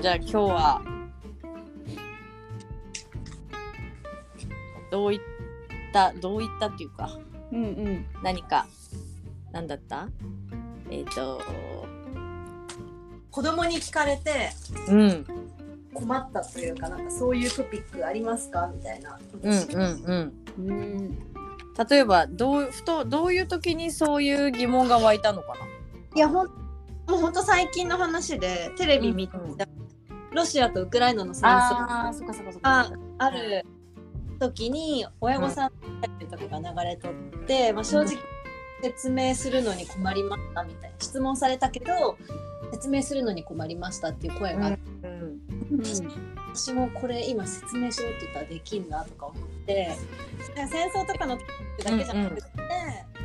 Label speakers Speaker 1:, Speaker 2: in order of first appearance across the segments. Speaker 1: じゃあ今日はどういったどういったっていうか
Speaker 2: うんうん
Speaker 1: 何か何だったえっ、と
Speaker 2: 子供に聞かれて
Speaker 1: うん
Speaker 2: 困ったというかなんかそういうトピックありますかみたいな
Speaker 1: うんうんうん
Speaker 2: うんうん
Speaker 1: 例えばどうふとどういう時にそういう疑問が湧いたのか
Speaker 2: いやほんもうほんと最近の話でテレビ見た、
Speaker 1: うんうん
Speaker 2: ロシアとウクライナの戦
Speaker 1: な
Speaker 2: 争
Speaker 1: あそっかそっかそっ
Speaker 2: がある時に親御さんとかが流れとって、まあ、正直説明するのに困りましたみたいな質問されたけど説明するのに困りましたっていう声があって、
Speaker 1: うん
Speaker 2: 私もこれ今説明しようって言ったらできんなとか思ってなんか戦争とかの時だけじゃなくて、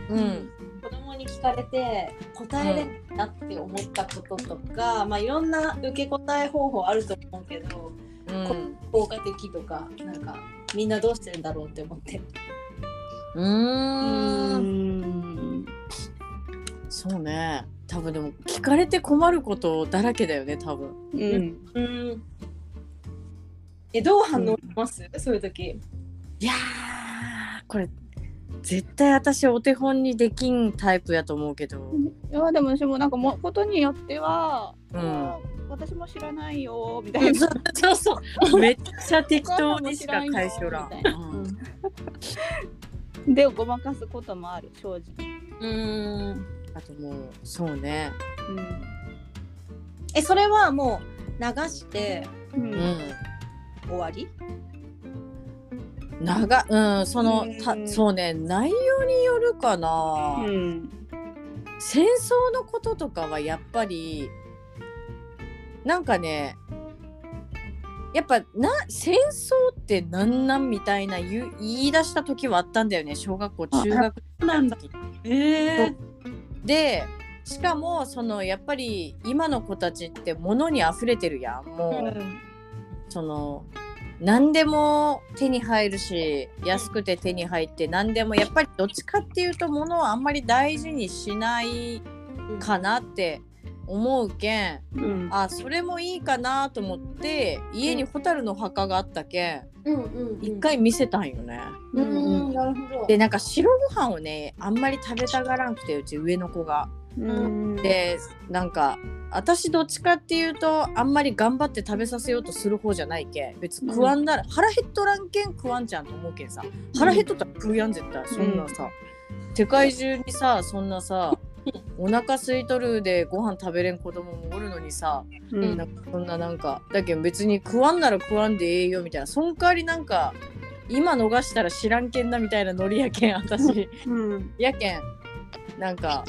Speaker 1: うん
Speaker 2: 子供に聞かれて答えれんなって思ったこととか、まあいろんな受け答え方法あると思うけど
Speaker 1: うん
Speaker 2: 効果的とかなんかみんなどうしてんだろうって思って。
Speaker 1: うーん
Speaker 2: ん
Speaker 1: そうね多分でも聞かれて困ることだらけだよね多分
Speaker 2: うんうんえどう反応します、そういう時
Speaker 1: いやーこれ絶対私お手本にできんタイプやと思うけど
Speaker 3: いやでも私もなんかもことによっては、
Speaker 1: うん
Speaker 3: あ私も知らないよみたいな
Speaker 1: そう そうそうめっちゃ適当にしか返しよらん
Speaker 3: お母さんも知らん
Speaker 1: うん
Speaker 3: でごまかすこともある正直、
Speaker 2: うん
Speaker 1: あともうそうね
Speaker 2: えそれはもう流して
Speaker 3: うん
Speaker 1: う
Speaker 3: うん
Speaker 1: ん
Speaker 2: 終わり
Speaker 1: 長うんそのた
Speaker 3: うん
Speaker 1: そうね内容によるかな、
Speaker 3: うん
Speaker 1: 戦争のこととかはやっぱりなんかねやっぱな戦争ってなんなんみたいな言う言い出した時はあったんだよね小学校
Speaker 3: あ
Speaker 1: 中学
Speaker 2: なん
Speaker 1: だ
Speaker 2: ええ
Speaker 1: でしかもそのやっぱり今の子たちって物に溢れてるやんもう、その何でも手に入るし安くて手に入って何でもやっぱりどっちかっていうと物をあんまり大事にしないかなって思うけん
Speaker 3: うん
Speaker 1: あそれもいいかなと思って家に蛍の墓があったけ
Speaker 2: うんうん
Speaker 1: ん一回見せたんよね。
Speaker 2: うんなるほど
Speaker 1: でなんか白ご飯をねあんまり食べたがらんくてうち上の子が。
Speaker 3: うん
Speaker 1: でなんか私どっちかっていうとあんまり頑張って食べさせようとする方じゃないけん別に食わんだら、腹減っとらんけん食わんじゃんと思うけんさ腹減っとったら食うやん絶対そんなさ、世界中にさそんなさお腹空いとるでご飯食べれん子供もおるのにさ、
Speaker 3: うん
Speaker 1: なんかそんななんかだけど別に食わんなら食わんでええよみたいなそん代わりなんか今逃したら知らんけんだみたいなノリやけん私。
Speaker 3: うん
Speaker 1: やけんなんか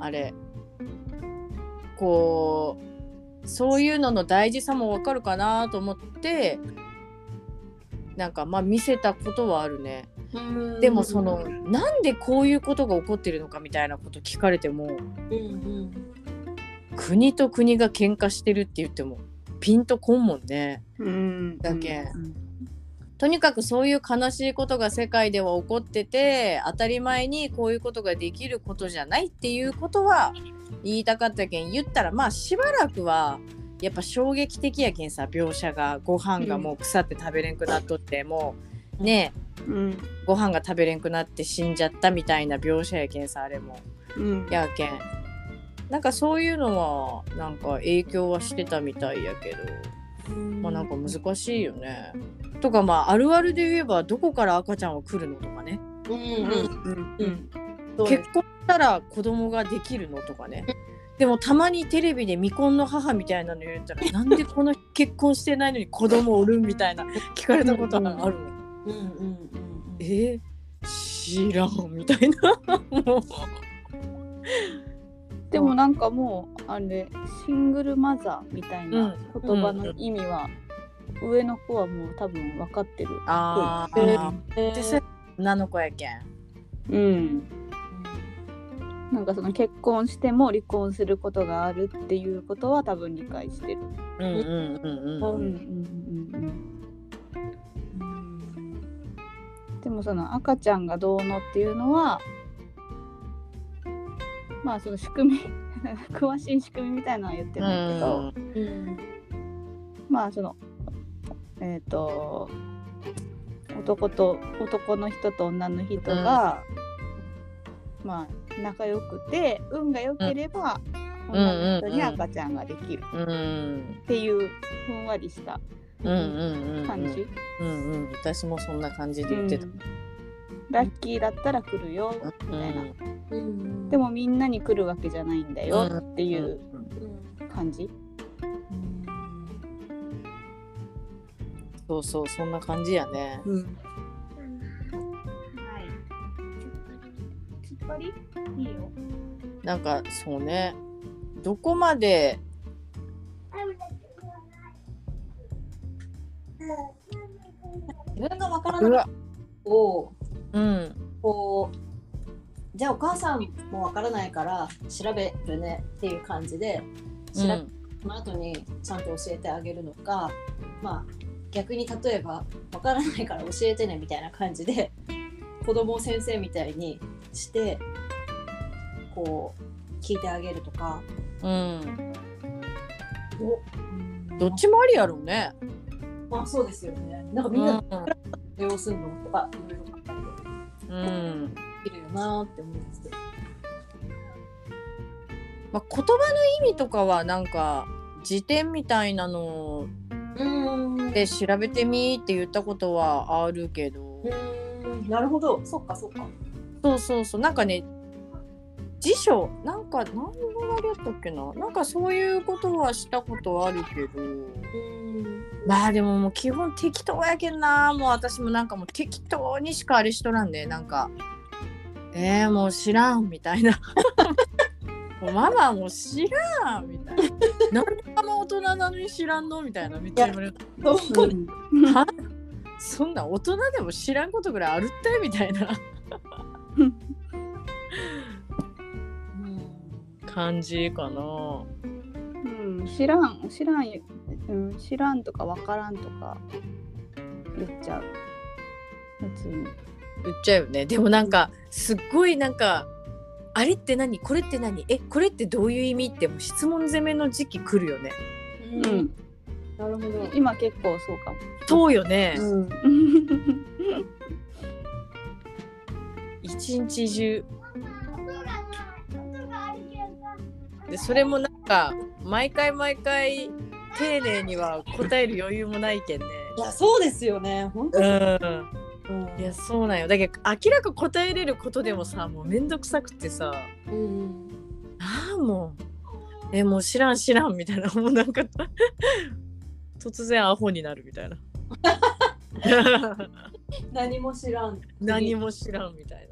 Speaker 1: あれこうそういうのの大事さもわかるかなと思ってなんかまあ見せたことはあるねでもそのなんでこういうことが起こってるのかみたいなこと聞かれても
Speaker 2: うんうん
Speaker 1: 国と国が喧嘩してるって言ってもピンとこんもんね
Speaker 3: うん
Speaker 1: だけん
Speaker 3: うん
Speaker 1: とにかくそういう悲しいことが世界では起こってて当たり前にこういうことができることじゃないっていうことは言いたかったけん言ったらまあしばらくはやっぱ衝撃的やけんさ描写がご飯がもう腐って食べれんくなっとって、もうね
Speaker 3: うん
Speaker 1: えご飯が食べれんくなって死んじゃったみたいな描写やけんさあれも
Speaker 3: うん
Speaker 1: やけんなんかそういうのはなんか影響はしてたみたいやけど。まあなんか難しいよね。とかまああるあるで言えばどこから赤ちゃんは来るのとかね
Speaker 2: うん
Speaker 3: うん
Speaker 2: うん
Speaker 3: うん
Speaker 2: そうです
Speaker 1: 結婚したら子供ができるのとかねでもたまにテレビで未婚の母みたいなの言った らなんでこの結婚してないのに子供おるんみたいな聞かれたことはあるの
Speaker 2: うんうんうん
Speaker 1: えー知らんみたいなもう
Speaker 3: でもなんかもうあれシングルマザーみたいな言葉
Speaker 1: うん
Speaker 3: の
Speaker 1: う
Speaker 3: 意味は、上の子はもう多分分かってる
Speaker 1: あ
Speaker 3: うん
Speaker 1: ー
Speaker 2: え
Speaker 1: でそれ女の子やけん
Speaker 3: うんなんかその結婚しても離婚することがあるっていうことは多分理解してる。
Speaker 1: うんうんうんうん
Speaker 3: うんうんうん、でもその赤ちゃんがどうのっていうのは まあその仕組み詳しい仕組みみたいなのは言ってないけど、
Speaker 2: うん
Speaker 3: まあそのえっ、と男と男の人と女の人が、まあ仲良くて運が良ければ、
Speaker 1: ん
Speaker 3: 女の人
Speaker 1: うんうんう
Speaker 3: に
Speaker 1: ん
Speaker 3: 赤ちゃんができる
Speaker 1: うん
Speaker 3: っていうふんわりした
Speaker 1: うんうんうん
Speaker 3: 感じ、
Speaker 1: うんうん私もそんな感じで言ってた、
Speaker 3: うんラッキーだったら来るよみたいな、
Speaker 1: うん
Speaker 2: うん
Speaker 3: でもみんなに来るわけじゃないんだよっていう
Speaker 2: うん
Speaker 3: 感じ、
Speaker 1: そうそうそんな感じやね
Speaker 2: うん
Speaker 3: はいつっぱりいいよ
Speaker 1: なんかそうねどこまで
Speaker 2: 自分がわからな
Speaker 1: う
Speaker 2: かっ
Speaker 1: わ
Speaker 2: たを
Speaker 1: うん
Speaker 2: こうじゃあお母さんもわからないから調べるねっていう感じで調べ、その後にちゃんと教えてあげるのかまあ逆に例えばわからないから教えてねみたいな感じで子供を先生みたいにしてこう聞いてあげるとか
Speaker 1: うん、
Speaker 2: うん
Speaker 1: どっちもありやろうね
Speaker 2: まあそうですよねなんかみんな
Speaker 1: うん
Speaker 2: 利用するのとかいろいろ考
Speaker 1: うん
Speaker 2: えてできるよなって思うんですけど
Speaker 1: まあ、言葉の意味とかはなんか辞典みたいなの
Speaker 2: うん
Speaker 1: で調べてみーって言ったことはあるけど、
Speaker 2: うんなるほどそっかそっか
Speaker 1: そうそうそうなんかね辞書なんか何のあれやったっけななんかそういうことはしたことはあるけど
Speaker 2: うん
Speaker 1: まあでももう基本適当やけんなもう私もなんかもう適当にしかあれしとらんでなんかえー、もう知らんみたいな もうママもう知らんみたいななんでママ大人なのに知らんのみたいなめっちゃ言われる
Speaker 2: そう
Speaker 1: そんな大人でも知らんことぐらいあるってみたいな 感じかな
Speaker 3: うん、知らん知らん、うん、知らんとかわからんとか言っちゃう別に
Speaker 1: 言っちゃうよねでもなんかすっごいなんかあれって何これって何えこれってどういう意味ってもう質問攻めの時期来るよね
Speaker 2: うん、うん、なるほど
Speaker 3: 今結構そうかも
Speaker 1: そうよね、
Speaker 2: うん
Speaker 1: 一日中でそれもなんか毎回毎回丁寧には答える余裕もないけんね
Speaker 2: いやそうですよね本当
Speaker 1: う
Speaker 2: に、
Speaker 1: ん
Speaker 2: うん
Speaker 1: いやそうなんよだけど明らか答えれることでもさもうめんどくさくってさ
Speaker 2: うん
Speaker 1: ああもうえもう知らん知らんみたいなもうなんか突然アホになるみたい な
Speaker 2: 何も知らん
Speaker 1: 何も知らんみたい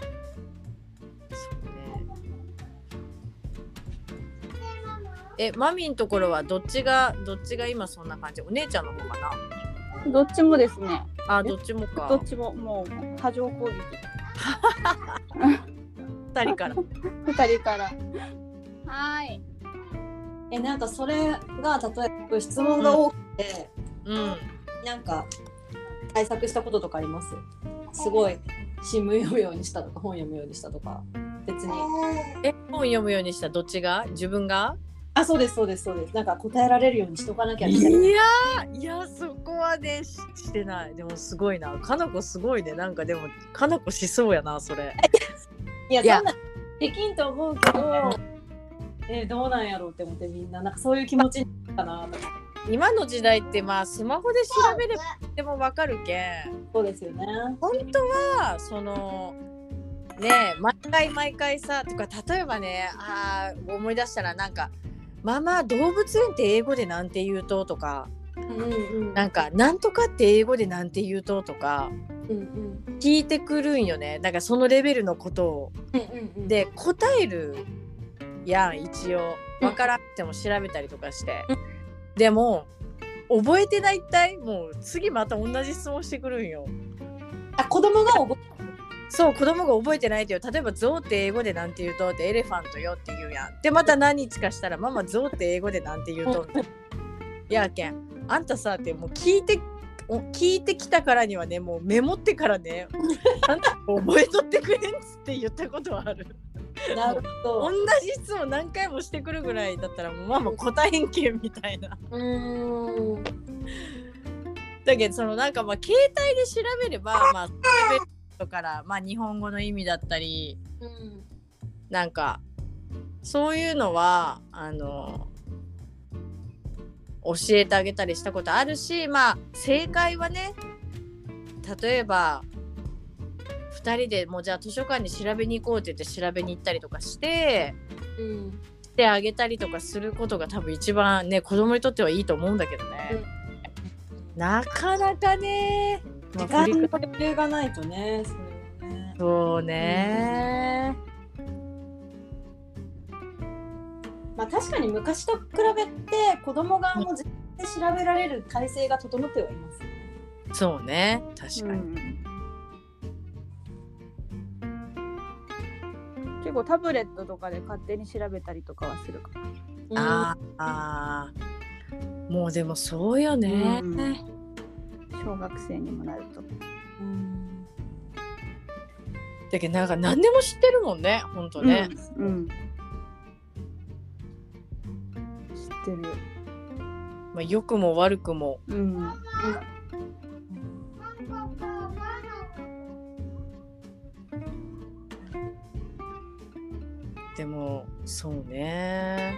Speaker 1: なそうねえマミんところはどっちがどっちが今そんな感じお姉ちゃんの方かな
Speaker 3: どっちもですね
Speaker 1: あどっちもか
Speaker 3: どっちももう波状攻撃
Speaker 1: 二人から
Speaker 3: 二人からはい
Speaker 2: えなんかそれが例えば質問が多くて、
Speaker 1: うん
Speaker 2: なんか対策したこととかありますすごい新聞読むようにしたとか本読むようにしたとか別に
Speaker 1: え本読むようにしたどっちが自分が
Speaker 2: あそうですそうですそうですなんか答えられるようにしとかなきゃみ
Speaker 1: い
Speaker 2: たいな
Speaker 1: やーいやそこはねししてないでもすごいなかなこすごいねなんかでもかなこしそうやなそれ
Speaker 2: いや
Speaker 1: いや
Speaker 2: そんなできんと思うけどえどうなんやろうって思ってみんななんかそういう気持ちになるかなとか
Speaker 1: 今の時代ってまあスマホで調べればでもわかるけん
Speaker 2: そうですよね
Speaker 1: 本当はそのねえ毎回毎回さとか例えばねあー思い出したらなんか「ママ動物園って英語でなんて言うと?」とか
Speaker 2: うんうん
Speaker 1: なんか「なんとかって英語でなんて言うと?」とか
Speaker 2: うんうん
Speaker 1: 聞いてくるんよねなんかそのレベルのことを。
Speaker 2: うんうんうん
Speaker 1: で答えるやん一応分からなくても調べたりとかして、でも覚えてないったいもう次また同じ質問してくるんよ
Speaker 2: あ子供が覚
Speaker 1: そう子供が覚えてないってよ例えば「象って英語でなんて言うと?」って「エレファントよ」って言うやんでまた何日かしたら「ママ象って英語でなんて言うと?」いやけんあんたさってもう聞いてお聞いてきたからにはねも うメモってからねあんた覚えとってくれんっつって言ったことはある
Speaker 2: えなるほ
Speaker 1: 同
Speaker 2: ど。
Speaker 1: じ質問何回もしてくるぐらいだったらもうまあもう答えんけんみたいな。
Speaker 2: うーん。
Speaker 1: だけどそのなんかまあ携帯で調べればまあ調べることからまあ日本語の意味だったり
Speaker 2: うん。
Speaker 1: なんかそういうのはあの教えてあげたりしたことあるしまあ正解はね例えば2人でもうじゃあ図書館に調べに行こうって言って調べに行ったりとかして
Speaker 2: うん。
Speaker 1: してあげたりとかすることが多分一番ね子供にとってはいいと思うんだけどね。なかなかね、ま
Speaker 2: 時
Speaker 1: あ
Speaker 2: 間
Speaker 1: 振り
Speaker 2: に
Speaker 1: 返
Speaker 2: 余裕がないとね。それはね
Speaker 1: そうね、
Speaker 2: まあ確かに昔と比べて子供側も自分で調べられる体制が整ってはいますよね。
Speaker 1: そうね確かに、
Speaker 3: うん結構タブレットとかで勝手に調べたりとかはするかも
Speaker 1: あーあーもうでもそうよね、
Speaker 3: うん小学生にもなると
Speaker 2: うん
Speaker 1: だけどなんか何でも知ってるもんねほんとね、
Speaker 3: うん、うん知ってる
Speaker 1: まあ、良くも悪くも
Speaker 3: うん
Speaker 1: でもそうね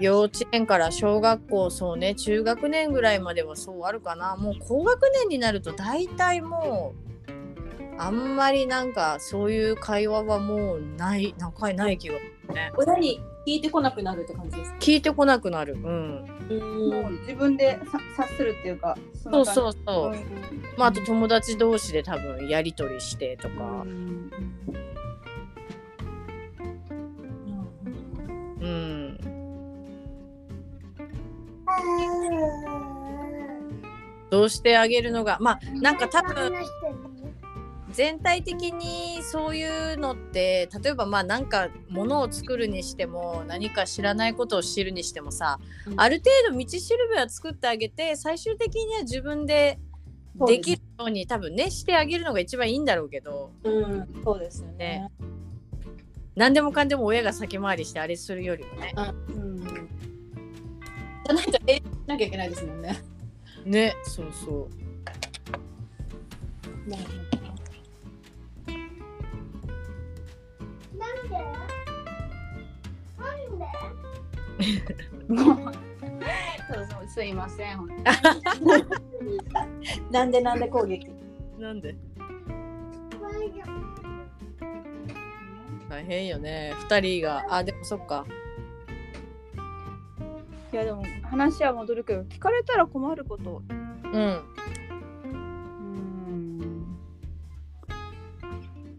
Speaker 1: 幼稚園から小学校そうね中学年ぐらいまではそうあるかなもう高学年になると大体もうあんまりなんかそういう会話はもうない何回ない気が
Speaker 2: 親に聞いてこなくなるって感じですか。
Speaker 1: 聞いてこなくなるうん
Speaker 3: もう自分でさ察するっていうかそ
Speaker 1: そう
Speaker 3: の
Speaker 1: そうそうまああと
Speaker 3: と
Speaker 1: 友達同士で多分やり取りしてと
Speaker 3: か
Speaker 1: か
Speaker 2: うん
Speaker 1: うんどうしてあげるのがまあなんか多分全体的にそういうのって例えばまあなんかものを作るにしても何か知らないことを知るにしてもさ、
Speaker 2: うん
Speaker 1: ある程度道しるべは作ってあげて最終的には自分で
Speaker 2: そうです
Speaker 1: できるように多分ねしてあげるのが一番いいんだろうけど
Speaker 2: うん、そうですよね。
Speaker 1: 何でもかんでも親が先回りしてあれするよりもね
Speaker 3: うん
Speaker 2: じゃないと永遠にしなきゃいけないですもんね。
Speaker 1: ねそうそう
Speaker 3: もうそうそうすいません本当に
Speaker 2: なんでなんで攻撃。
Speaker 1: なんで大変よね2人があでもそっか
Speaker 3: いやでも話は戻るけど聞かれたら困ること
Speaker 1: うん
Speaker 3: うん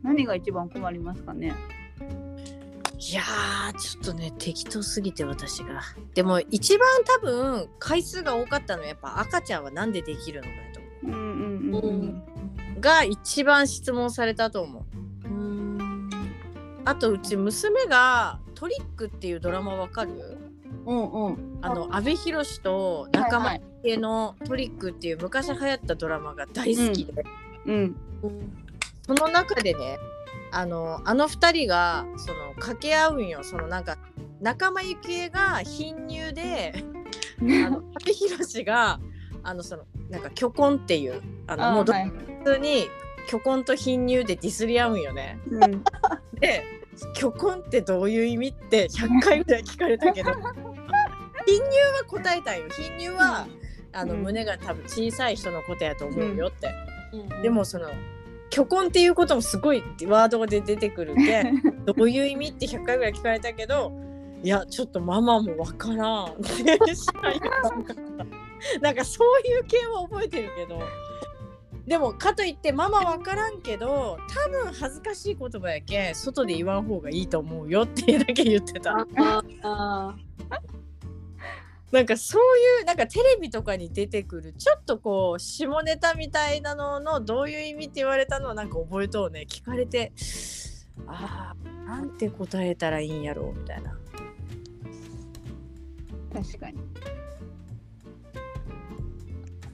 Speaker 3: 何が一番困りますかね
Speaker 1: いやーちょっとね適当すぎて私がでも一番多分回数が多かったのはやっぱ赤ちゃんはなんでできるのかやと思
Speaker 3: うんうんうんうん
Speaker 1: うが一番質問されたと思う
Speaker 2: うん。
Speaker 1: あとうち娘が「トリック」っていうドラマわかる
Speaker 3: うんうん
Speaker 1: あの阿部寛と仲間
Speaker 3: はい
Speaker 1: 系の「トリック」っていう昔流行ったドラマが大好きで、
Speaker 3: うん
Speaker 1: その中でねあのあの2人がその掛け合うんよそのなんか仲間由紀恵が貧乳で あの阿部寛があのそのなんか「虚婚」っていうあの
Speaker 3: あ
Speaker 1: もうど
Speaker 3: はい
Speaker 1: 普通に虚婚と貧乳でディスり合うんよね。
Speaker 3: うん
Speaker 1: で虚婚ってどういう意味って100回ぐらい聞かれたけ ど貧乳は答えたんよ貧乳は、あの
Speaker 3: うん
Speaker 1: 胸が多分小さい人のことやと思うよって、
Speaker 2: うん
Speaker 1: でも、その虚婚っていうこともすごいワードで出てくる けどういう意味って100回ぐらい聞かれたけどいやちょっとママもわからんってしたんよなんかなんかそういう系は覚えてるけどでもかといってママわからんけど多分恥ずかしい言葉やけん外で言わん方がいいと思うよってだけ言ってた
Speaker 2: ああ
Speaker 1: なんかそういうなんかテレビとかに出てくるちょっとこう下ネタみたいなののどういう意味って言われたのはなんか覚えとうね聞かれてあーなんて答えたらいいんやろうみたいな
Speaker 3: 確かに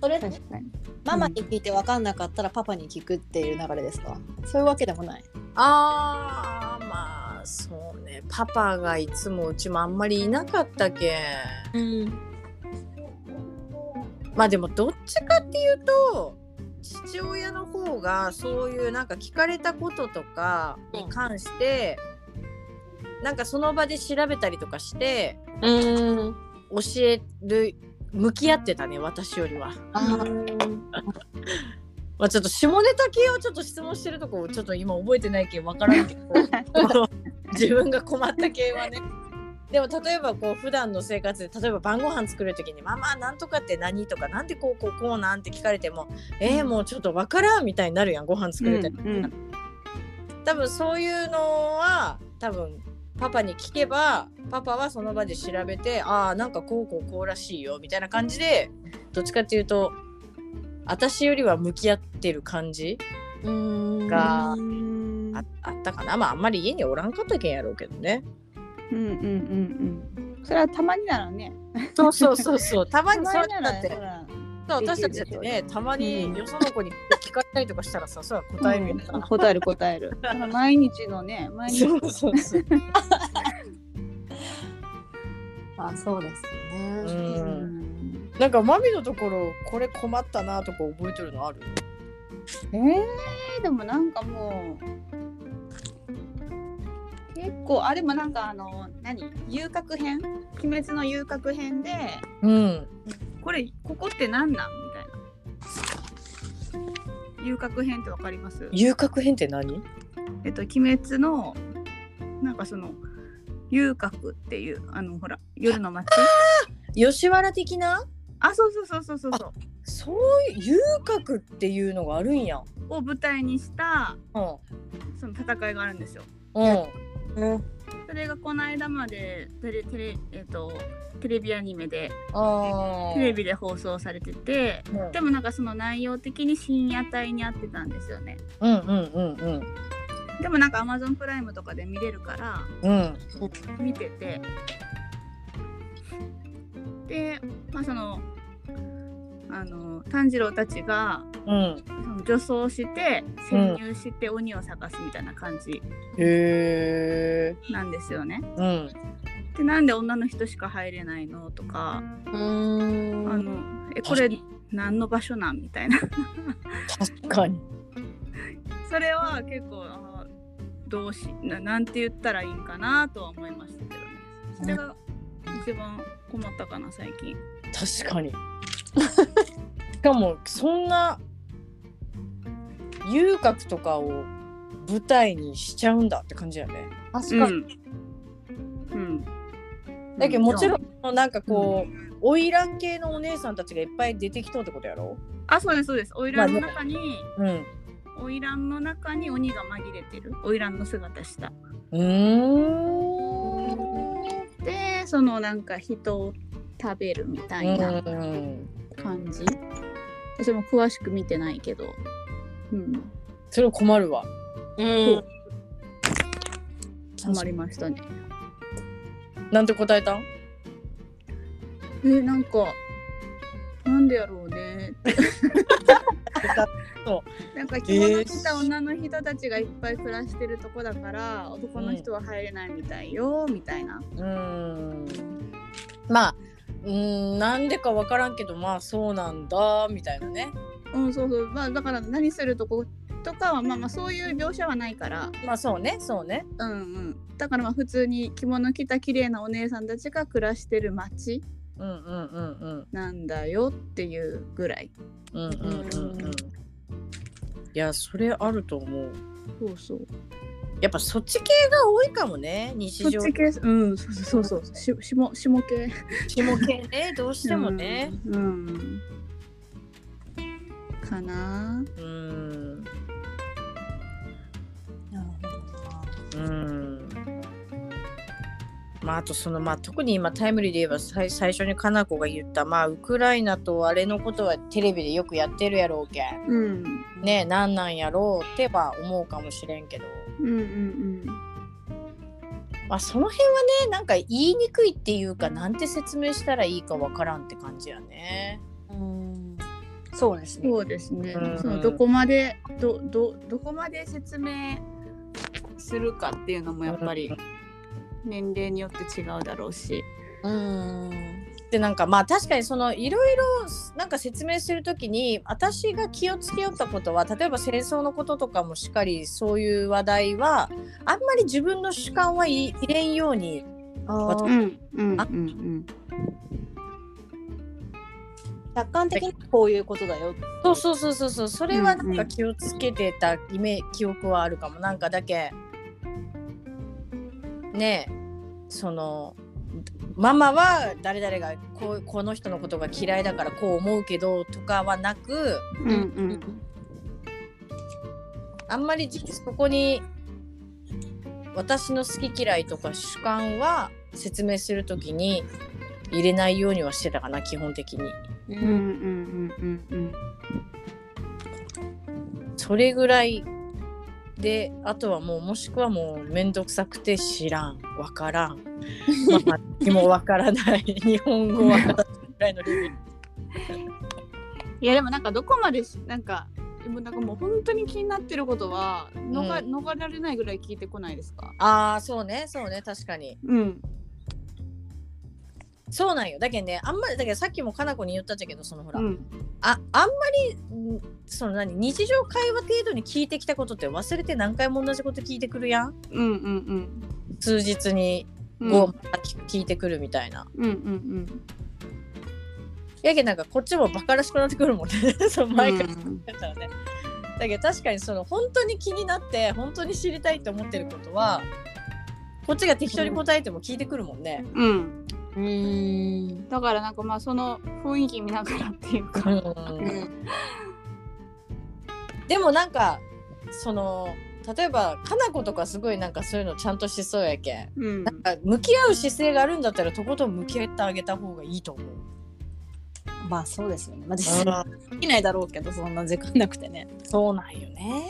Speaker 2: それ
Speaker 3: 確かに
Speaker 2: ママに聞いて分かんなかったらパパに聞くっていう流れですか、そういうわけでもない
Speaker 1: あーまあそうねパパがいつもうちもあんまりいなかったけん
Speaker 2: うん
Speaker 1: まあでもどっちかっていうと父親の方がそういうなんか聞かれたこととかに関して、なんかその場で調べたりとかして
Speaker 2: うん
Speaker 1: 教える向き合ってたね私よりは。
Speaker 2: あ
Speaker 1: まあ、ちょっと下ネタ系をちょっと質問してるとこちょっと今覚えてないけん分からんけど自分が困った系はねでも例えばこう普段の生活で例えば晩ご飯作る時に「ママなんとかって何?」とか「なんでこうこうこうなん?」って聞かれても「えー、もうちょっと分からん」みたいになるやんご飯作る時、
Speaker 3: うんうん
Speaker 1: 多分そういうのは多分パパに聞けばパパはその場で調べてああなんかこうこうこうらしいよみたいな感じでどっちかっていうと私よりは向き合ってる感じ
Speaker 2: うん
Speaker 1: が
Speaker 3: うん
Speaker 1: ああったかなまああんまり家におらんかったけんやろうけどね
Speaker 3: うんうんうんうんそれはたまにならね
Speaker 1: そうそうそうそう たま
Speaker 3: た
Speaker 1: に
Speaker 3: ま
Speaker 1: そう
Speaker 3: にな
Speaker 1: だ
Speaker 3: ら
Speaker 1: って
Speaker 3: ほら
Speaker 1: そう私たちだってねたまによその子に聞かれたりとかしたらさそう答えるやん、
Speaker 3: うん答える答えるその毎日のね毎日
Speaker 1: そうそうそう
Speaker 2: あそうですね
Speaker 1: うん
Speaker 3: うん
Speaker 1: なんかマミのところこれ困ったなとか覚えてるのある
Speaker 3: えー、でもなんかもう結構あでもなんかあの何遊郭編鬼滅の遊郭編で
Speaker 1: うん
Speaker 3: これここって何なんみたいな遊郭編ってわかります
Speaker 1: 遊郭編って何
Speaker 3: えっと鬼滅のなんかその遊郭っていうあのほら夜の街
Speaker 1: 吉原的な
Speaker 3: あそうそうそうそうそうそう
Speaker 1: そういう遊郭っていうのがあるんや
Speaker 3: を舞台にした
Speaker 1: うん
Speaker 3: その戦いがあるんですよ
Speaker 1: うん
Speaker 3: それがこの間までテレテレ,、えっとテレビアニメで
Speaker 1: あ
Speaker 3: テレビで放送されてて
Speaker 1: うん
Speaker 3: でもなんかその内容的に深夜帯に合ってたんですよね
Speaker 1: うんうんうん
Speaker 3: でもなんか Amazon プライムとかで見れるから
Speaker 1: うん
Speaker 3: 見ててで、まあ、そのあの炭治郎たちが
Speaker 1: うん
Speaker 3: その女装して潜入して鬼を探すみたいな感じ
Speaker 1: へえ
Speaker 3: なんですよね。
Speaker 1: うん
Speaker 3: でなんで女の人しか入れないのとか、
Speaker 2: うん
Speaker 3: あのえこれ何の場所なんみたいな
Speaker 1: 確かに
Speaker 3: それは結構あーどうしななんて言ったらいいんかなとは思いましたけどねそれが一番困ったかな最近。
Speaker 1: 確かにしかもそんな遊郭とかを舞台にしちゃうんだって感じだよね
Speaker 2: 確
Speaker 3: う
Speaker 2: かに、
Speaker 3: んうん
Speaker 1: だけどもちろんなんかこう花魁系のお姉さんたちがいっぱい出てきとうってことやろ
Speaker 3: あそうですそうです花魁の中に
Speaker 1: うん
Speaker 3: 花魁の中に鬼が紛れてる花魁の姿した
Speaker 1: うーん
Speaker 3: でそのなんか人を食べるみたいな
Speaker 1: うん、
Speaker 3: 感じ、私も詳しく見てないけどうん
Speaker 1: それ困るわ。
Speaker 2: うん
Speaker 3: ハマりましたね
Speaker 1: なんて答えたん？
Speaker 3: えなんかなんでやろうね
Speaker 1: そ
Speaker 3: なんか着物着た女の人たちがいっぱい暮らしてるとこだから男の人は入れないみたいよ、みたいな
Speaker 1: うーん。まあ、うーん、なんでかわからんけど、まあそうなんだみたいなね。
Speaker 3: うん、そうそう、まあ、だから、何するとことかは、まあ、まあ、そういう描写はないから。
Speaker 1: まあそうね、そうね。
Speaker 3: うん、うん、だから、まあ、普通に着物着た綺麗なお姉さんたちが暮らしてる町
Speaker 1: うんうんうん
Speaker 3: なんだよっていうぐらい。
Speaker 1: うんうんうんうんうん。いや、それあると思う。
Speaker 3: そうそう。
Speaker 1: やっぱそっち系が多いかもね、日
Speaker 3: そっ
Speaker 1: 常
Speaker 3: ち系、うん、そうそうそうそう、し、しも、しも系。
Speaker 1: 下系ね、どうしてもね。
Speaker 3: うん。うん。かな
Speaker 1: うーん、
Speaker 2: なるほど
Speaker 1: う
Speaker 2: な
Speaker 1: ーん。まあ、あとそのまあ特に今タイムリーで言えば最最初にかな子が言ったまあウクライナとあれのことはテレビでよくやってるやろうけん
Speaker 3: ぁ。うん。
Speaker 1: ねえなんなんやろうっては思うかもしれんけど、
Speaker 3: うん、うん、
Speaker 1: まあ、その辺はねなんか言いにくいっていうかなんて説明したらいいかわからんって感じやね。
Speaker 2: うん
Speaker 3: う
Speaker 2: そうですね。
Speaker 3: そうですね。
Speaker 1: うん
Speaker 3: そのどこまでどどどこまで説明するかっていうのもやっぱり年齢によって違うだろうし。
Speaker 2: うん。
Speaker 1: でなんかまあ確かにそのいろいろなんか説明するときに私が気をつけよったことは例えば戦争のこととかもしっかりそういう話題はあんまり自分の主観はい入れんように
Speaker 2: あー
Speaker 3: んうんうん
Speaker 2: 客観的にこういうことだよ。
Speaker 1: そうそうそうそうそうそれはなん
Speaker 3: うんう
Speaker 1: か
Speaker 3: ん
Speaker 1: 気をつけてたイメ記憶はあるかもなんかだけねえそのママは誰々がこうこの人のことが嫌いだからこう思うけどとかはなく
Speaker 3: うんうん
Speaker 1: あんまりじそこに私の好き嫌いとか主観は説明するときに入れないようにはしてたかな基本的に。
Speaker 2: う
Speaker 3: うんうんう。んうんうん
Speaker 1: それぐらいであとはもうもしくはもう面倒くさくて知らんわからんまあ何もわからない日本語は私ぐらいのレベル
Speaker 3: いやでもなんかどこまでしなんかでもなんかもう本当に気になってることは逃,、
Speaker 1: う
Speaker 3: 逃れられないぐらい聞いてこないですか。
Speaker 1: ああそうねそうね確かに
Speaker 3: うん
Speaker 1: そうなんよだけどねあんまりだけどさっきもかなこに言ったんだけどそのほら、
Speaker 3: うん
Speaker 1: ああんまりんその何日常会話程度に聞いてきたことって忘れて何回も同じこと聞いてくるやん
Speaker 3: うんうん
Speaker 1: 数日に
Speaker 3: うん。
Speaker 1: こうまた聞聞いてくるみたいな、
Speaker 3: うんうん
Speaker 1: やけどなんかこっちもバカらしくなってくるもんね そう
Speaker 3: うん。
Speaker 1: 毎回
Speaker 3: うん
Speaker 1: だったらねだけど確かにその本当に気になって本当に知りたいと思ってることはこっちが適当に答えても聞いてくるもんね。
Speaker 3: うん。
Speaker 2: うん。
Speaker 3: だからなんかまあその雰囲気見ながらっていうか。
Speaker 2: うん。
Speaker 1: でもなんかその例えばかな子とかすごいなんかそういうのちゃんとしそうやけん
Speaker 3: うん
Speaker 1: なんか向き合う姿勢があるんだったらとことん向き合ってあげた方がいいと思う。
Speaker 2: まあそうですよね。まあ実際できないだろうけど、そんな時間なくてね。
Speaker 1: そうなんよね。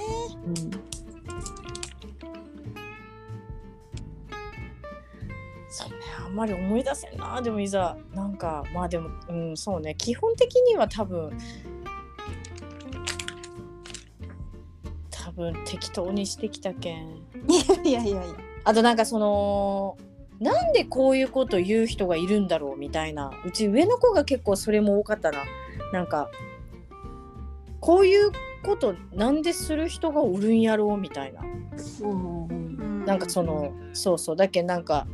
Speaker 1: そうね、あんまり思い出せんなでもいざなんかまあでもうんそうね基本的には多分多分適当にしてきたけん
Speaker 2: いやいやいや。
Speaker 1: あとなんかそのなんでこういうこと言う人がいるんだろうみたいなうち上の子が結構それも多かったななんかこういうことなんでする人がおるんやろうみたいな
Speaker 2: うんうん
Speaker 1: なんかそのそうそうだけどなんか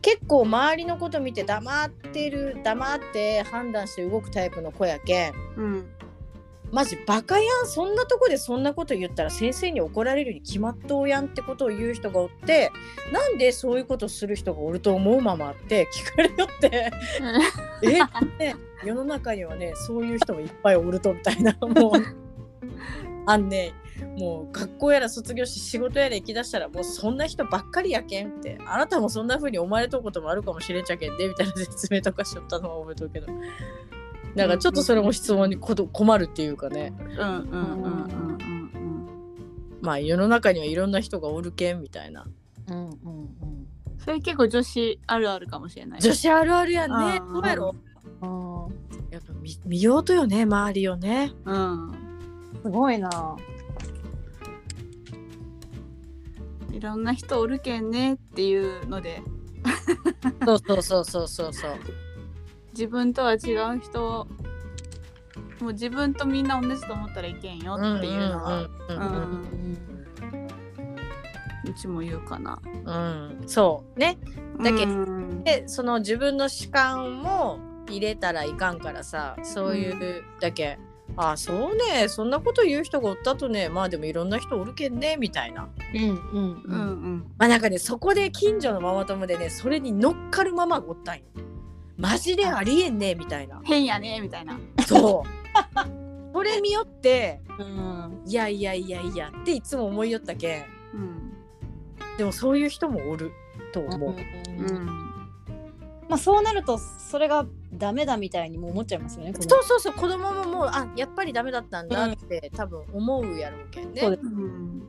Speaker 1: 結構周りのこと見て黙ってる黙って判断して動くタイプの子やけん
Speaker 3: うん
Speaker 1: マジバカやんそんなとこでそんなこと言ったら先生に怒られるに決まっとうやんってことを言う人がおってなんでそういうことする人がおると思うままって聞かれよ ってえ、ね、世の中にはねそういう人もいっぱいおるとみたい なもうあんねもう学校やら卒業して仕事やら行きだしたらもうそんな人ばっかりやけんってあなたもそんな風に思われとうこともあるかもしれんちゃけんでみたいな説明とかしちゃったのは覚えとうけどなんかちょっとそれも質問にこと困るっていうかね
Speaker 3: うんうんうんうんうん
Speaker 1: まあ世の中にはいろんな人がおるけんみたいな
Speaker 2: うんうん
Speaker 3: うん。それ結構女子あるあるかもしれない。
Speaker 1: 女子あるあるや
Speaker 3: あ
Speaker 1: ね
Speaker 3: ー
Speaker 1: そうやろ
Speaker 2: うん。あ
Speaker 1: やっぱ見見ようとよね周りをね
Speaker 3: うん。
Speaker 2: ーすごいな。
Speaker 3: いろんな人おるけんねっていうので
Speaker 1: そうそうそうそうそう そう
Speaker 3: 自分とは違う人もう自分とみんな同じと思ったらいけんよっていうのは
Speaker 1: うんうん
Speaker 3: う
Speaker 1: うんうん
Speaker 2: うんん。
Speaker 3: うちも言うかな。
Speaker 1: うん、そうねだけ
Speaker 3: うん
Speaker 1: でその自分の主観も入れたらいかんからさそういう、だけあそうねそんなこと言う人がおったとねまあでもいろんな人おるけんねみたいな
Speaker 2: うん
Speaker 3: うんうん
Speaker 1: まあなんかねそこで近所のママ友でねそれに乗っかるママがおったんよマジでありえんねみたい な
Speaker 3: 変やねみたいな。
Speaker 1: そうそれによって
Speaker 2: うん。
Speaker 1: いやいやいやいやっていつも思いよったけん
Speaker 3: うん
Speaker 1: でもそういう人もおると思う、
Speaker 3: う
Speaker 2: うん。
Speaker 3: ん
Speaker 2: まあそうなるとそれがダメだみたいにも思っちゃいますよね。この
Speaker 1: そうそうそう子供ももうあやっぱりダメだったんだって、多分思うやろうけんね
Speaker 2: そうで
Speaker 3: うん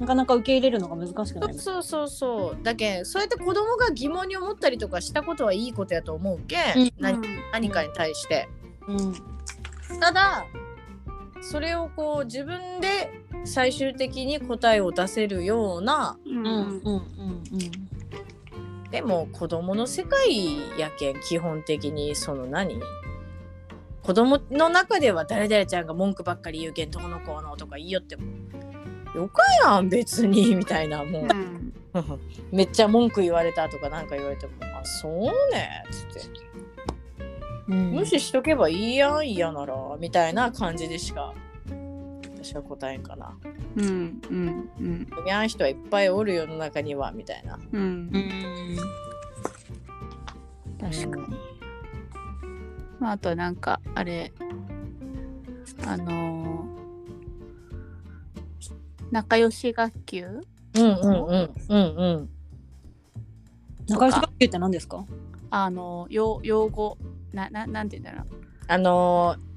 Speaker 2: なかなか受け入れるのが難しくなります。
Speaker 1: そうそうそうだけんそうやって子供が疑問に思ったりとかしたことはいいことやと思うけん、
Speaker 2: うん
Speaker 1: 何
Speaker 3: うん
Speaker 1: 何かに対して
Speaker 2: うん。
Speaker 1: ただそれをこう自分で最終的に答えを出せるような
Speaker 3: うん
Speaker 2: うん
Speaker 3: うん
Speaker 2: うん
Speaker 1: でも子供の世界やけん基本的にその何子供の中では誰々ちゃんが文句ばっかり言うけんどうのこうのとか言いよってもよかやん別にみたいな もうめっちゃ文句言われたとかなんか言われてもあそうねっつって
Speaker 2: うん
Speaker 1: 無視しとけばいいやん嫌ならみたいな感じでしか私は答えんかな。
Speaker 3: うんうんうん
Speaker 1: にゃん人はいっぱいおる世の中にはみたいな。
Speaker 3: うん
Speaker 2: うん
Speaker 3: 確かに、まあ、あとなんかあれあのー仲良し学級
Speaker 1: うんうんうんうんうん。
Speaker 2: 仲良し学級って何ですか
Speaker 3: あの用用語なななんて言うんだろ
Speaker 1: あのー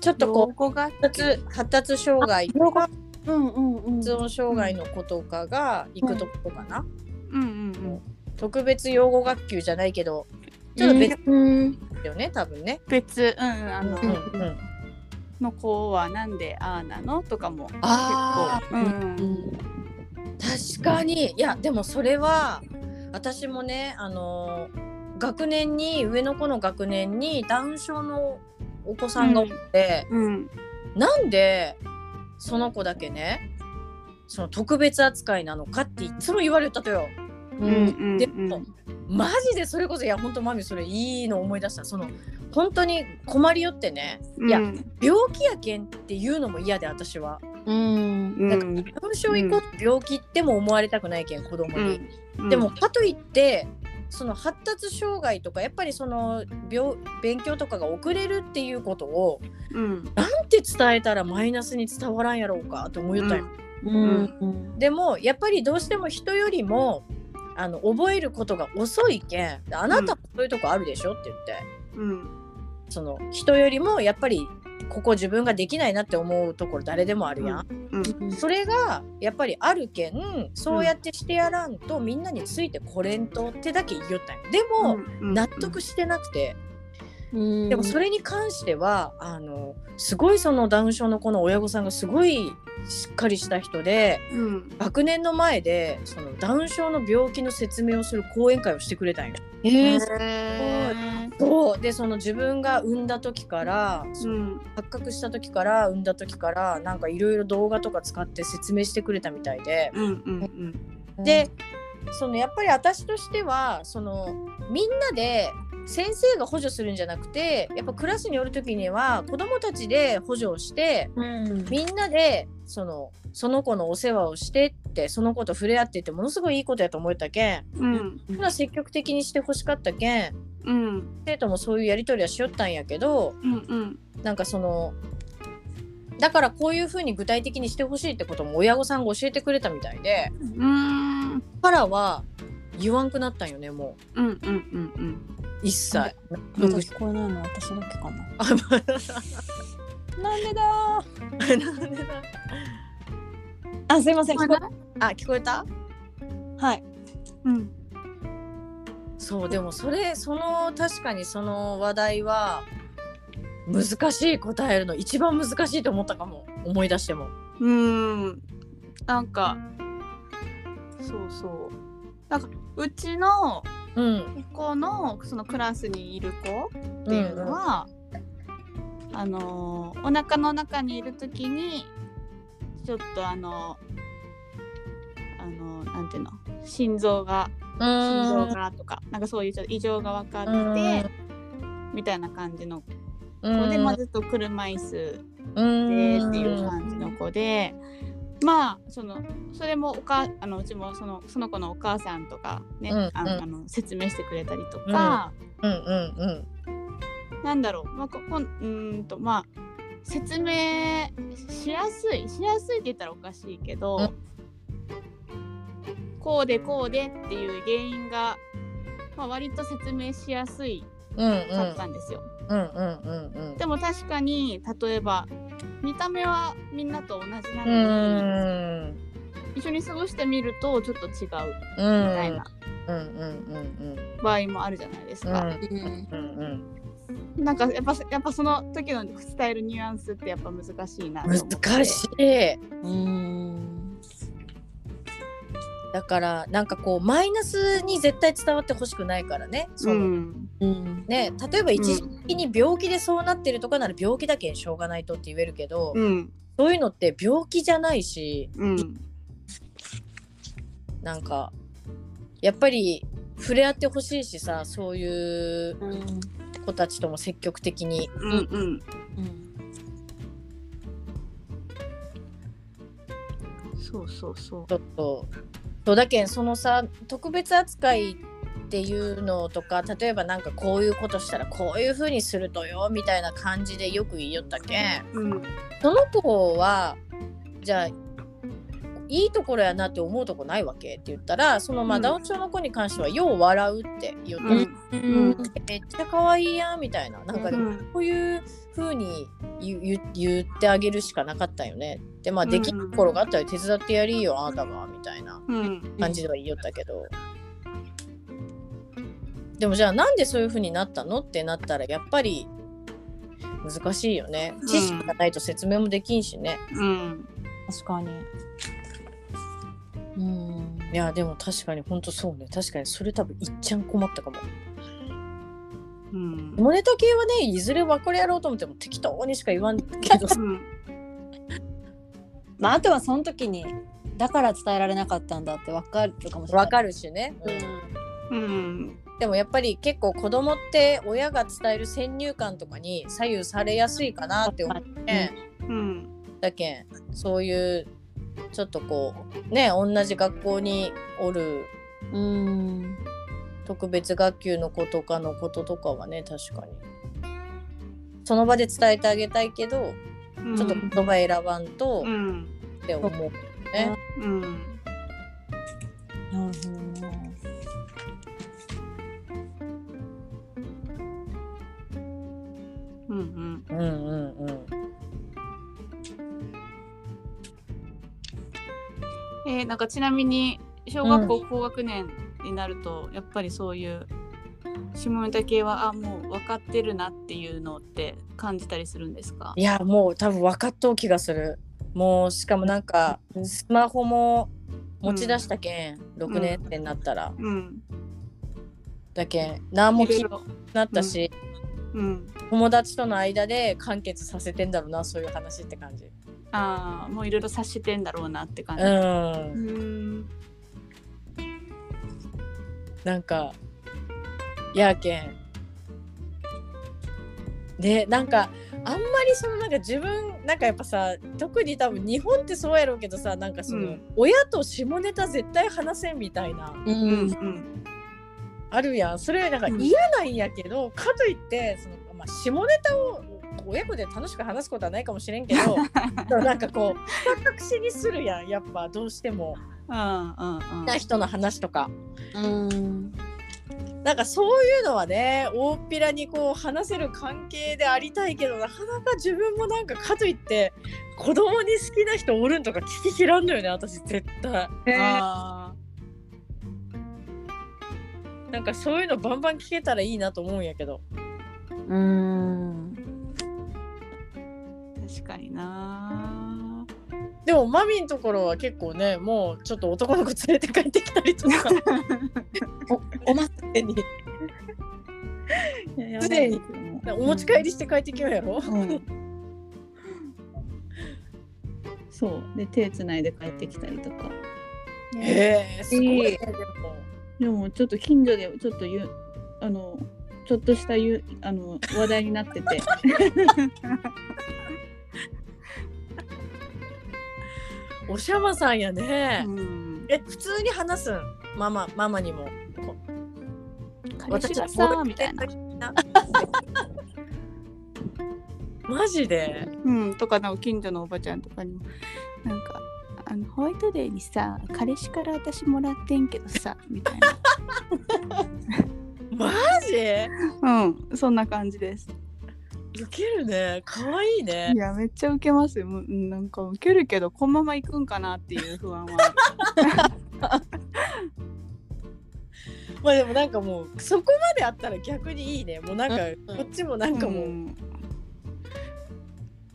Speaker 1: ちょっと
Speaker 3: う
Speaker 1: こ
Speaker 3: 用
Speaker 1: う
Speaker 3: 語学
Speaker 1: 発達発達障害
Speaker 2: あ了解うんうんうん
Speaker 1: 発音障害の子とかが行くとこかな、
Speaker 3: うんうん
Speaker 1: 特別養護学級じゃないけどち
Speaker 2: ちょ
Speaker 1: ょっ
Speaker 2: っと
Speaker 1: と
Speaker 2: 別
Speaker 1: 別
Speaker 2: うん
Speaker 1: だよね多分ね。
Speaker 3: 別うんうんあの、
Speaker 1: うんうん
Speaker 3: の子はなんでああなのとかも結
Speaker 1: あ
Speaker 3: 構うん
Speaker 1: 確かにいやでもそれは私もねあのー学年に上の子の学年にダウン症のお子さんがおって、
Speaker 3: うん
Speaker 1: なんでその子だけねその特別扱いなのかっていっつも言われたとよ。
Speaker 3: う
Speaker 2: うんん
Speaker 3: うん
Speaker 1: で
Speaker 3: う
Speaker 1: も
Speaker 3: ん
Speaker 1: マジでそれこそいや本当マミそれいいの思い出したその本当に困りよってねいや
Speaker 3: うん
Speaker 1: 病気やけんっていうのも嫌で私は
Speaker 2: うん
Speaker 3: う
Speaker 1: なん
Speaker 3: ん
Speaker 1: 花粉症イコール病気っても思われたくないけん子供に、
Speaker 3: うん
Speaker 1: でもかといってその発達障害とかやっぱりその病勉強とかが遅れるっていうことを
Speaker 3: うん
Speaker 1: なんて伝えたらマイナスに伝わらんやろうかと思いよったんよ、
Speaker 2: うん
Speaker 1: でもやっぱりどうしても人よりもあの覚えることが遅いけんあなたもそういうとこあるでしょって言って、
Speaker 3: うん
Speaker 1: その人よりもやっぱりここ自分ができないなって思うところ誰でもあるやん、それがやっぱりあるけんそうやってしてやらんとみんなについてこれんとってだけ言いよったんよでも、
Speaker 3: うん
Speaker 1: 納得してなくて、
Speaker 2: うん
Speaker 1: でもそ
Speaker 2: れ
Speaker 1: れに関してはあのすごいそのダウン症の子の親御さんがすごいしっかりした人で
Speaker 3: うん
Speaker 1: 学年の前でそのダウン症の病気の説明をする講演会をしてくれたんよ。
Speaker 2: え
Speaker 3: へー
Speaker 1: そうでその自分が産んだ時からその
Speaker 3: うん
Speaker 1: 発覚した時から産んだ時からなんかいろいろ動画とか使って説明してくれたみたいで、
Speaker 3: うんうんうん
Speaker 1: でそのやっぱり私としてはそのみんなで先生が補助するんじゃなくてやっぱクラスによる時には子どもたちで補助をして
Speaker 2: うん
Speaker 1: みんなでそのその子のお世話をしてってその子と触れ合ってってものすごいいいことやと思ったけん
Speaker 3: うん
Speaker 1: それは積極的にしてほしかったけん
Speaker 3: うん
Speaker 1: 生徒もそういうやり取りはしよったんやけど
Speaker 3: うんうん
Speaker 1: なんかそのだからこういうふうに具体的にしてほしいってことも親御さんが教えてくれたみたいで
Speaker 3: うん
Speaker 1: からは言わんくなったんよねもう
Speaker 3: うんうんうん
Speaker 1: 一切。
Speaker 3: うん
Speaker 2: なんか聞こえないの私だけかな
Speaker 1: あ
Speaker 2: なんでだ
Speaker 1: まあ なんでだ
Speaker 2: あすいません聞こ
Speaker 1: あ聞こえた
Speaker 2: えはい
Speaker 3: うん
Speaker 1: そうでもそれその確かにその話題は難しい答えるの一番難しいと思ったかも思い出しても
Speaker 3: うんなんかそうそうなんかうちの
Speaker 1: うん
Speaker 3: 子のそのクラスにいる子っ
Speaker 1: う
Speaker 3: ていうの
Speaker 1: ん
Speaker 3: は、あのーお腹の中にいる時にちょっとあのあのなんていうの心臓が
Speaker 1: う
Speaker 3: 心臓
Speaker 1: ん
Speaker 3: がとかなんかそういうちょっと異常が分か
Speaker 1: うん
Speaker 3: ってみたいな感じの子
Speaker 1: うん
Speaker 3: で、まあずっと車椅子
Speaker 1: うん
Speaker 3: でっていう感じの子で、まあそのそれもおかあのうちもそのその子のお母さんとかね、
Speaker 1: うん
Speaker 3: あ
Speaker 1: う
Speaker 3: の
Speaker 1: ん
Speaker 3: あの説明してくれたりとか、
Speaker 1: うんうんうん
Speaker 3: なんだろうまあここんうーんとまあ説明しやすいしやすいって言ったらおかしいけど、
Speaker 1: う
Speaker 3: こうでこうでっていう原因が、まあ、割と説明しやすい
Speaker 1: うんうん
Speaker 3: かったんですよ。
Speaker 1: うんうんうんうん
Speaker 3: でも確かに例えば見た目はみんなと同じな
Speaker 1: う
Speaker 3: のに。
Speaker 1: ん
Speaker 3: 一緒に過ごしてみるとちょっと違うみ
Speaker 1: うんうん
Speaker 3: たいな
Speaker 1: うんうんうんうん
Speaker 3: 場合もあるじゃないですか。
Speaker 1: うんうん
Speaker 3: なんかやっぱやっぱその時の伝えるニュアンスってやっぱ難しいなと思って
Speaker 1: 難しい。
Speaker 2: うん。
Speaker 1: だからなんかこうマイナスに絶対伝わってほしくないからね。その
Speaker 3: うん
Speaker 2: うん。
Speaker 1: ね、例えば一時的に病気でそうなってるとかなら病気だけんしょうがないとって言えるけど、
Speaker 3: うん
Speaker 1: そういうのって病気じゃないし
Speaker 3: うん
Speaker 1: なんかやっぱり触れ合ってほしいしさそういう
Speaker 2: うん。
Speaker 1: 子たちとも積極的に
Speaker 3: うんうんそうそうそう
Speaker 1: ちょっとそうだけんそのさ特別扱いっていうのとか例えばなんかこういうことしたらこういう風にするとよみたいな感じでよく言いよったけん
Speaker 3: うん
Speaker 1: その子はじゃあいいところやなって思うとこないわけって言ったらそのまあ
Speaker 3: うん
Speaker 1: ダウン症の子に関してはよう笑うって言って、
Speaker 3: うん
Speaker 2: うん。
Speaker 1: めっちゃ可愛いやんみたいななんかでもこういう風に言う言言ってあげるしかなかったよねでまあ
Speaker 3: うん
Speaker 1: できるところがあったら手伝ってやりよあなたがみたいな
Speaker 3: うん
Speaker 1: 感じでは言いよったけど、でもじゃあなんでそういう風になったのってなったらやっぱり難しいよね知識がないと説明もできんしね、
Speaker 3: うん
Speaker 2: 確かに。うん。
Speaker 1: いやでも確かにほんとそうね確かにそれ多分いっちゃん困ったかも
Speaker 3: うん
Speaker 1: モネタ系はねいずれ分かるやろうと思っても適当にしか言わんけど
Speaker 2: まああとはその時にだから伝えられなかったんだってわかるかもしれない。
Speaker 1: 分かるしね、うん
Speaker 3: うん
Speaker 1: でもやっぱり結構子供って親が伝える先入観とかに左右されやすいかなって思って、
Speaker 3: うん
Speaker 1: だけんそういうちょっとこうね同じ学校におる
Speaker 2: うん。
Speaker 1: 特別学級の子とかのこととかはね確かにその場で伝えてあげたいけど、
Speaker 3: うん
Speaker 1: ちょっと言葉選ばんと
Speaker 3: うん
Speaker 1: って思うね、
Speaker 3: うん
Speaker 2: なるほどね。
Speaker 3: うん
Speaker 1: う
Speaker 3: うん
Speaker 1: んうんうん
Speaker 3: えーなんかちなみに小学校高学年になると、やっぱりそういう下ネタ系はあもう分かってるなっていうのって感じたりするんですか
Speaker 1: いやもう多分分かっとう気がするもうしかもなんかスマホも持ち出したけん、6年生になったら、
Speaker 3: うん
Speaker 1: だけん何も
Speaker 3: いろい
Speaker 1: 気に
Speaker 3: ろ
Speaker 1: なったし、
Speaker 3: うん
Speaker 1: 友達との間で完結させてんだろうなそういう話って感じ
Speaker 3: ああもういろいろ察してんだろうなって感
Speaker 1: う
Speaker 3: じ、
Speaker 1: ん
Speaker 3: うん
Speaker 1: なんかやーけんでなんかあんまりそのなんか自分なんかやっぱさ特に多分日本ってそうやろうけどさなんかその、
Speaker 3: うん
Speaker 1: 親と下ネタ絶対話せんみたいな
Speaker 2: う
Speaker 3: うん
Speaker 2: ん。
Speaker 3: うん
Speaker 1: あるやんそれなんか
Speaker 3: うん
Speaker 1: 嫌なんやけど、かといってその、まあ、下ネタを親子で楽しく話すことはないかもしれん けどでもなんかこうひた隠しにするやんやっぱどうしても
Speaker 3: うんうん
Speaker 1: 好きな人の話とか
Speaker 2: うん。
Speaker 1: なんかそういうのはね大っぴらにこう話せる関係でありたいけどなかなか自分もなんかかといって子供に好きな人おるんとか聞ききらんのよね私絶対。
Speaker 3: あ
Speaker 1: なんかそういうのバンバン聞けたらいいなと思うんやけど。
Speaker 2: うん。
Speaker 3: ー確かに な
Speaker 1: でもマミのところは結構ねもうちょっと男の子連れて帰ってきたりとか
Speaker 2: おま
Speaker 1: 常にすでにお持ち帰りして帰ってきようやろ、
Speaker 3: うんそうで手つないで帰ってきたりとか
Speaker 1: へえすごいね
Speaker 3: いい
Speaker 1: でも
Speaker 3: でもちょっと近所でちょっとゆあのちょっとしたゆあの話題になってて
Speaker 1: おしゃまさんやね、
Speaker 3: うん
Speaker 1: え普通に話すんママママにも
Speaker 3: 彼氏がさみたいな、
Speaker 1: な マジで
Speaker 3: うん、とかなんか近所のおばちゃんとかにもなんかあのホワイトデーにさ彼氏から私もらってんけどさみたい
Speaker 1: マジ
Speaker 3: な うんそんな感じです
Speaker 1: ウケるね可愛いね
Speaker 3: いやめっちゃウケますよもううんなんかウケるけどこのまま行くんかなっていう不安はある
Speaker 1: まあでもなんかもうそこまであったら逆にいいねもうなんか
Speaker 2: うん
Speaker 1: こっちもなんかもう、
Speaker 3: ん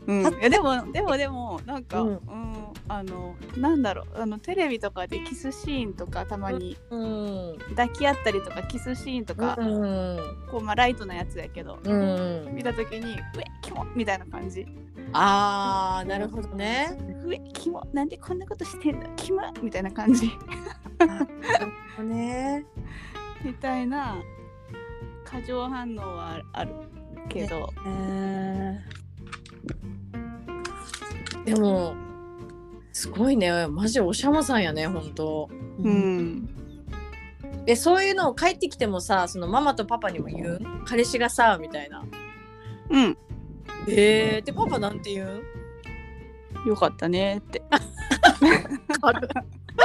Speaker 3: うん、いやでもでもでもなんか、
Speaker 1: う
Speaker 3: うんんあのなんだろうあのテレビとかでキスシーンとかたまに
Speaker 1: うん
Speaker 3: 抱き合ったりとかキスシーンとか、
Speaker 1: うん
Speaker 3: こうまあライトなやつやけど、
Speaker 1: うん
Speaker 3: 見た時に「うえキモ!」みたいな感じ
Speaker 1: あーなるほど
Speaker 3: 「
Speaker 1: ね。
Speaker 3: うえキモなんでこんなことしてんのキモ!」みたいな 感じ
Speaker 1: ね
Speaker 3: みたいな過剰反応はあるけど、
Speaker 1: でもすごいねマジおしゃまさんやねほんと。
Speaker 3: う
Speaker 2: うん
Speaker 3: ん、
Speaker 1: えそういうのを帰ってきてもさそのママとパパにも言うん彼氏がさみたいな。
Speaker 3: うん、
Speaker 1: えー、でパパなんて言うん
Speaker 3: よかったねって
Speaker 1: 軽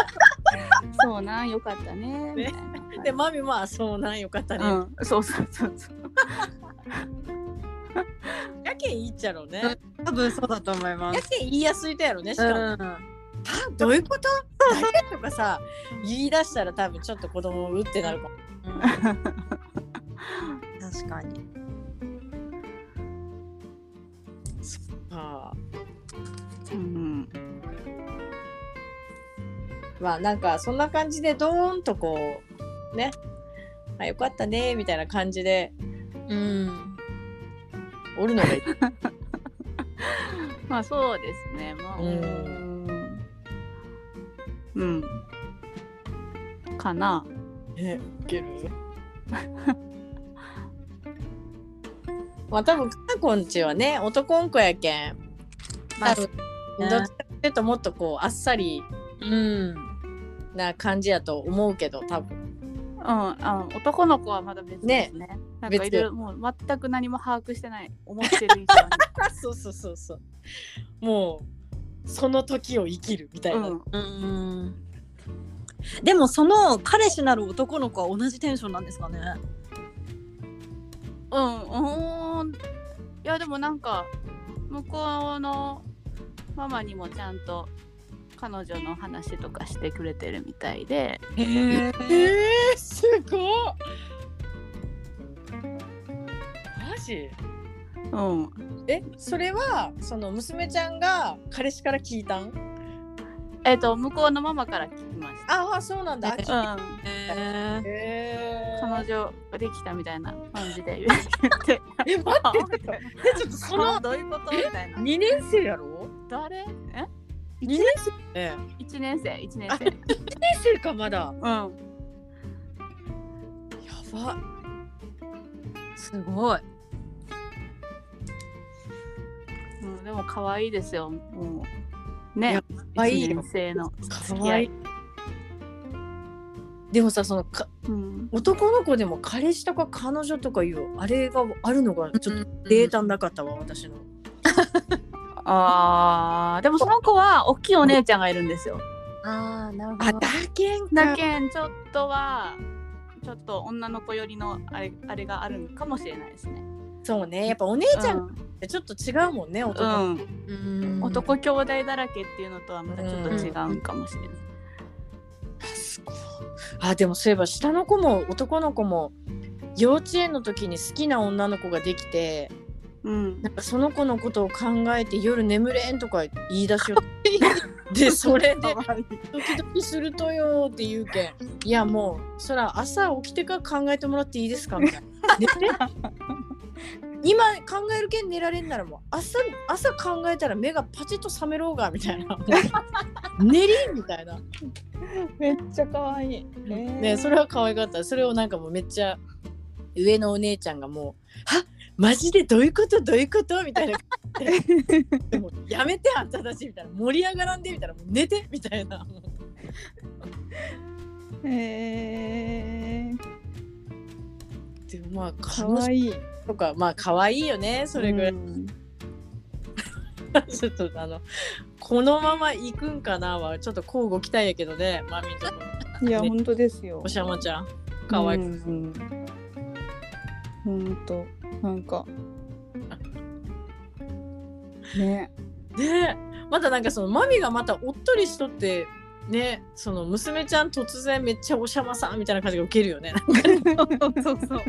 Speaker 3: そうなんよかったねみたいな感じ
Speaker 1: でマミもあそうなんよかったね。
Speaker 3: うん、そうそうそうそう
Speaker 1: やけんいいっちゃろうね。
Speaker 2: 多分そうだと思いま
Speaker 1: や
Speaker 2: す。
Speaker 1: けん言いやすいとやろねしかも。
Speaker 2: うん
Speaker 1: はどういうこと誰とかさ言い出したら多分ちょっと子供うってなるかも。
Speaker 2: 確かに。
Speaker 1: あ
Speaker 3: うん、
Speaker 1: まあなんかそんな感じでドーンとこうねあよかったねみたいな感じで
Speaker 2: うん。
Speaker 1: おるの がいい。
Speaker 3: まあそうですねまあ
Speaker 1: う
Speaker 3: うん、うん、かな
Speaker 1: ね、い けるまあ多分かなこんちはね男んこやけん
Speaker 2: まあ
Speaker 1: 多分
Speaker 2: ね
Speaker 1: どっちかっていうともっとこうあっさり
Speaker 2: うん。
Speaker 1: な感じやと思うけど多分
Speaker 3: うん、あ男の子はまだ別ですね。なんかいろい
Speaker 1: 別
Speaker 3: ろもう全く何も把握してない。思って る以上に。
Speaker 1: あそうそうそうそうもうその時を生きるみたいな、
Speaker 3: うん、
Speaker 2: うん。でもその彼氏なる男の子は同じテンションなんですかね。
Speaker 3: うん、うん。いやでもなんか向こうのママにもちゃんと彼女の話とかしてくれてるみたいで、
Speaker 2: へえ。
Speaker 1: えー、すごいマジ
Speaker 3: うん、
Speaker 1: えそれはその娘ちゃんが彼氏から聞いたん
Speaker 3: えっ、と向こうのママから聞きまし
Speaker 1: ああそうなんだ
Speaker 3: た。うん、
Speaker 1: へえ
Speaker 3: 彼女ができたみたいな感じで言って、
Speaker 1: え待
Speaker 3: あ
Speaker 1: ってちょっとえちょっとその
Speaker 3: あどういうことみたいな。
Speaker 1: 2年生やろ
Speaker 3: 誰？え？
Speaker 1: ?2 年生え
Speaker 3: 一年生、一年
Speaker 1: あ
Speaker 3: 生。
Speaker 1: 2年生かまだや
Speaker 3: うん。
Speaker 1: ば
Speaker 2: すごい。
Speaker 3: うん、でも可愛いですよ。もうね、
Speaker 1: 可愛い
Speaker 3: 一年生の
Speaker 1: か
Speaker 3: 付き
Speaker 1: わ
Speaker 3: 合
Speaker 1: いい
Speaker 3: い。
Speaker 1: でもさそのか
Speaker 3: うん、
Speaker 1: 男の子でも彼氏とか彼女とかいうあれがあるのがちょっとデータなかったわ、私の
Speaker 3: ああ、でもその子は大きいお姉ちゃんがいるんですよ。
Speaker 2: ああ、なるほ
Speaker 1: あだけんか
Speaker 3: だけんちょっとはちょっと女の子寄りのあれあれがあるのかもしれないですね。
Speaker 1: そうねやっぱお姉ちゃんってちょっと違うもんね、
Speaker 3: う
Speaker 1: 男の子
Speaker 3: ん、うん、
Speaker 2: うん
Speaker 3: 男兄弟だらけっていうのとはまたちょっと違うんかもしれない。
Speaker 1: あでもそういえば下の子も男の子も幼稚園の時に好きな女の子ができて
Speaker 3: うん、
Speaker 1: なんかその子のことを考えて夜眠れんとか言い出しよってでそれで
Speaker 3: 可愛い
Speaker 1: ドキドキするとよって言うけんいやもうそら朝起きてから考えてもらっていいですかみたいな。でね今考えるけん寝られんならもう朝朝考えたら目がパチッと覚めろうがみたいな寝りんみたいな
Speaker 3: めっちゃ可愛い。
Speaker 1: ねそれは可愛かったそれをなんかもうめっちゃ上のお姉ちゃんがもう「はマジでどういうことどういうこと?」みたいなでも「やめてあんたたち」みたいな「盛り上がらんで」みたいな「もう寝て」みたいなもう
Speaker 3: えー、
Speaker 1: でもまあ彼女
Speaker 3: いい。
Speaker 1: とかまあ可愛いよねそれぐらい、
Speaker 3: うん
Speaker 1: ちょっとあのこのまま行くんかなはちょっと交互期待やけどねマミーとこ
Speaker 3: いや、
Speaker 1: ね
Speaker 3: 本当ですよ
Speaker 1: お。しゃまちゃん可愛い、
Speaker 3: うん本当、なんか。ね、
Speaker 1: ねまたなんかそのマミがまたおっとりしとってねその娘ちゃん突然めっちゃおしゃまさんみたいな感じが受けるよね
Speaker 3: そうそう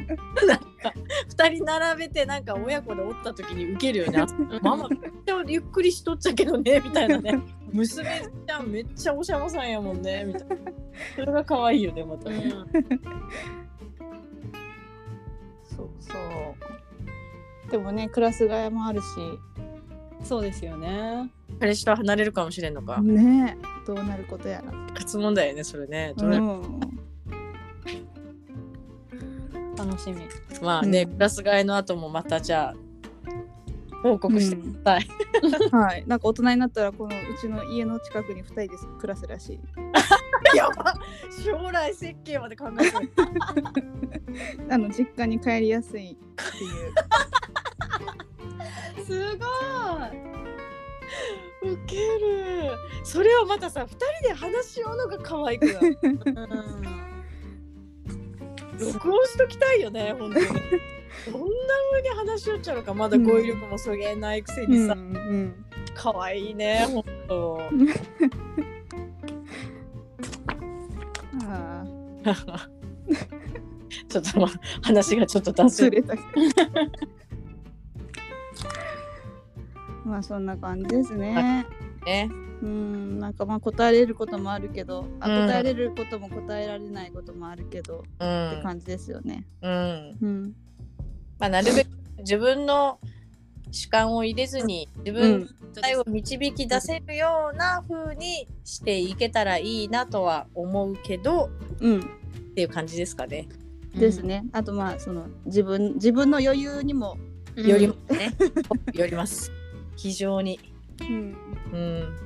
Speaker 1: 二人並べてなんか親子でおった時に受けるよね あママめっちゃゆっくりしとっちゃけどねみたいなね娘ちゃんめっちゃおしゃまさんやもんねみたいなそれが可愛いよねまた、ね
Speaker 3: そうそうでもねクラス替えもあるし
Speaker 2: そうですよね。
Speaker 1: 彼氏と離れるかもしれんのか
Speaker 3: ねえどうなることやら、
Speaker 1: 活問題よねそれねど
Speaker 3: う
Speaker 1: れ、
Speaker 3: ん、
Speaker 2: 楽しみ。
Speaker 1: まあね、
Speaker 3: うん
Speaker 1: クラス替えの後もまたじゃあ報告してください、
Speaker 3: はいなんか大人になったらこのうちの家の近くに2人で暮らすらしい
Speaker 1: やば将来設計まで考えてる
Speaker 3: あの実家に帰りやすいっていう
Speaker 2: すご
Speaker 1: ウケるそれをまたさ二人で話しようのが可愛くない
Speaker 2: い。うん。
Speaker 1: 録音しときたいよね本当にこんな風に話しよっちゃうのかまだ語彙力もそげないくせにさ、
Speaker 3: うんうん
Speaker 1: 可愛いね本当
Speaker 3: あー
Speaker 1: ちょっとまあ話がちょっと脱
Speaker 3: 忘
Speaker 1: 線
Speaker 3: れたけどまあそんな感じですね
Speaker 1: ね
Speaker 3: うんなんかまあ答えれることもあるけどあ
Speaker 1: うん
Speaker 3: 答えれることも答えられないこともあるけど、
Speaker 1: う
Speaker 3: って
Speaker 1: ん、
Speaker 3: 感じですよね
Speaker 1: うん、
Speaker 3: うん
Speaker 1: まあなるべく自分の主観を入れずに自分の答えを導き出せるような風にしていけたらいいなとは思うけど
Speaker 3: うん
Speaker 1: っていう感じですかね。
Speaker 3: ですね、あとまあその自分自分の余裕にも、
Speaker 2: う ん。
Speaker 1: よりますね。よります。非常に。
Speaker 3: うん、
Speaker 1: うん。